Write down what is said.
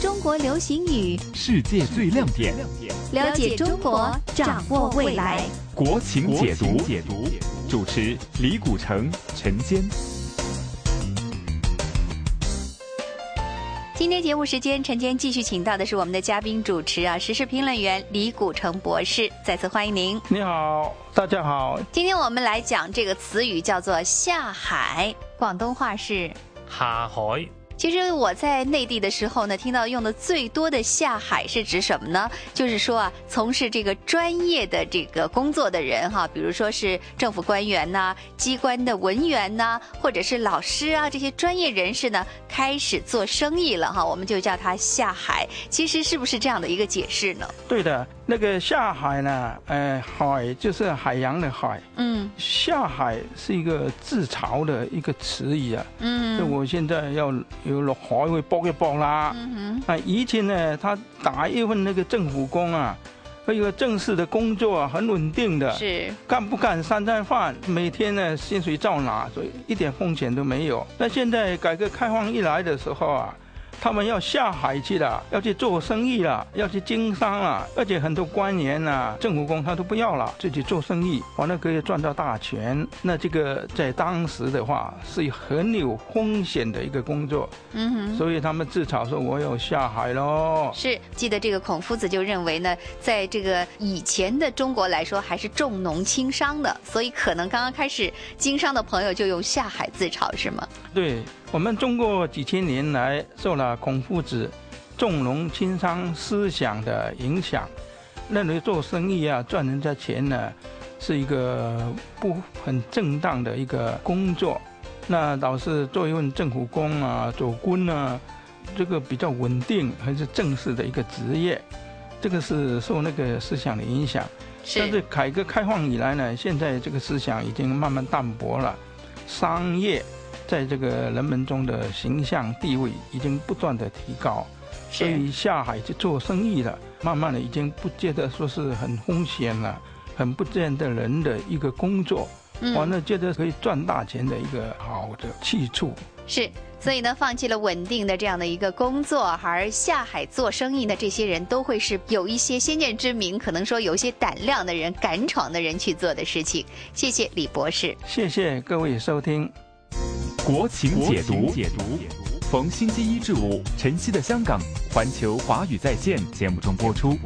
中国流行语，世界最亮点，了解中国，掌握未来。国情解读。解读主持李古城、陈坚。今天节目时间，晨间继续请到的是我们的嘉宾主持啊，时事评论员李古城博士，再次欢迎您。你好，大家好。今天我们来讲这个词语叫做下海，广东话是下海其实我在内地的时候呢，听到用的最多的“下海”是指什么呢？就是说啊，从事这个专业的这个工作的人哈、比如说是政府官员呐、机关的文员呐、或者是老师啊这些专业人士呢，开始做生意了哈，我们就叫他下海。其实是不是这样的一个解释呢？对的，那个下海呢，呃，海就是海洋的海，嗯下海是一个自嘲的一个词语啊。嗯就我现在要有落海会搏一搏啦。嗯啊，以前呢，他打一份那个政府工啊，一个正式的工作啊，很稳定的哼，，是干不干三餐饭，每天呢薪水照拿，所以一点风险都没有。那现在改革开放一来的时候啊，他们要下海去了，要去做生意了，要去经商了，而且很多官员啊、政府工他都不要了，自己做生意，完了可以赚到大钱。那这个在当时的话是很有风险的一个工作，嗯哼。所以他们自嘲说我要下海喽。是，记得这个孔夫子就认为呢，在这个以前的中国来说，还是重农轻商的，所以可能刚刚开始经商的朋友就用下海自嘲，是吗？对我们中国几千年来受了孔夫子重农轻商思想的影响，认为做生意啊赚人家钱呢、是一个不很正当的一个工作，那老是做一份政府工啊、做官啊，这个比较稳定还是正式的一个职业，这个是受那个思想的影响。但是是，改革开放以来呢，现在这个思想已经慢慢淡薄了，商业在这个人们中的形象地位已经不断的提高，所是，以下海去做生意了，慢慢的已经不觉得说是很风险了，很不见得人的一个工作，嗯，完了觉得可以赚大钱的一个好的去处。是。所以呢，放弃了稳定的这样的一个工作，而下海做生意的这些人都会是有一些先见之明，可能说有一些胆量的人、敢闯的人去做的事情。谢谢李博士。谢谢各位收听。国情国解情读。逢星期一至五，晨曦的香港环球华语在线节目中播出。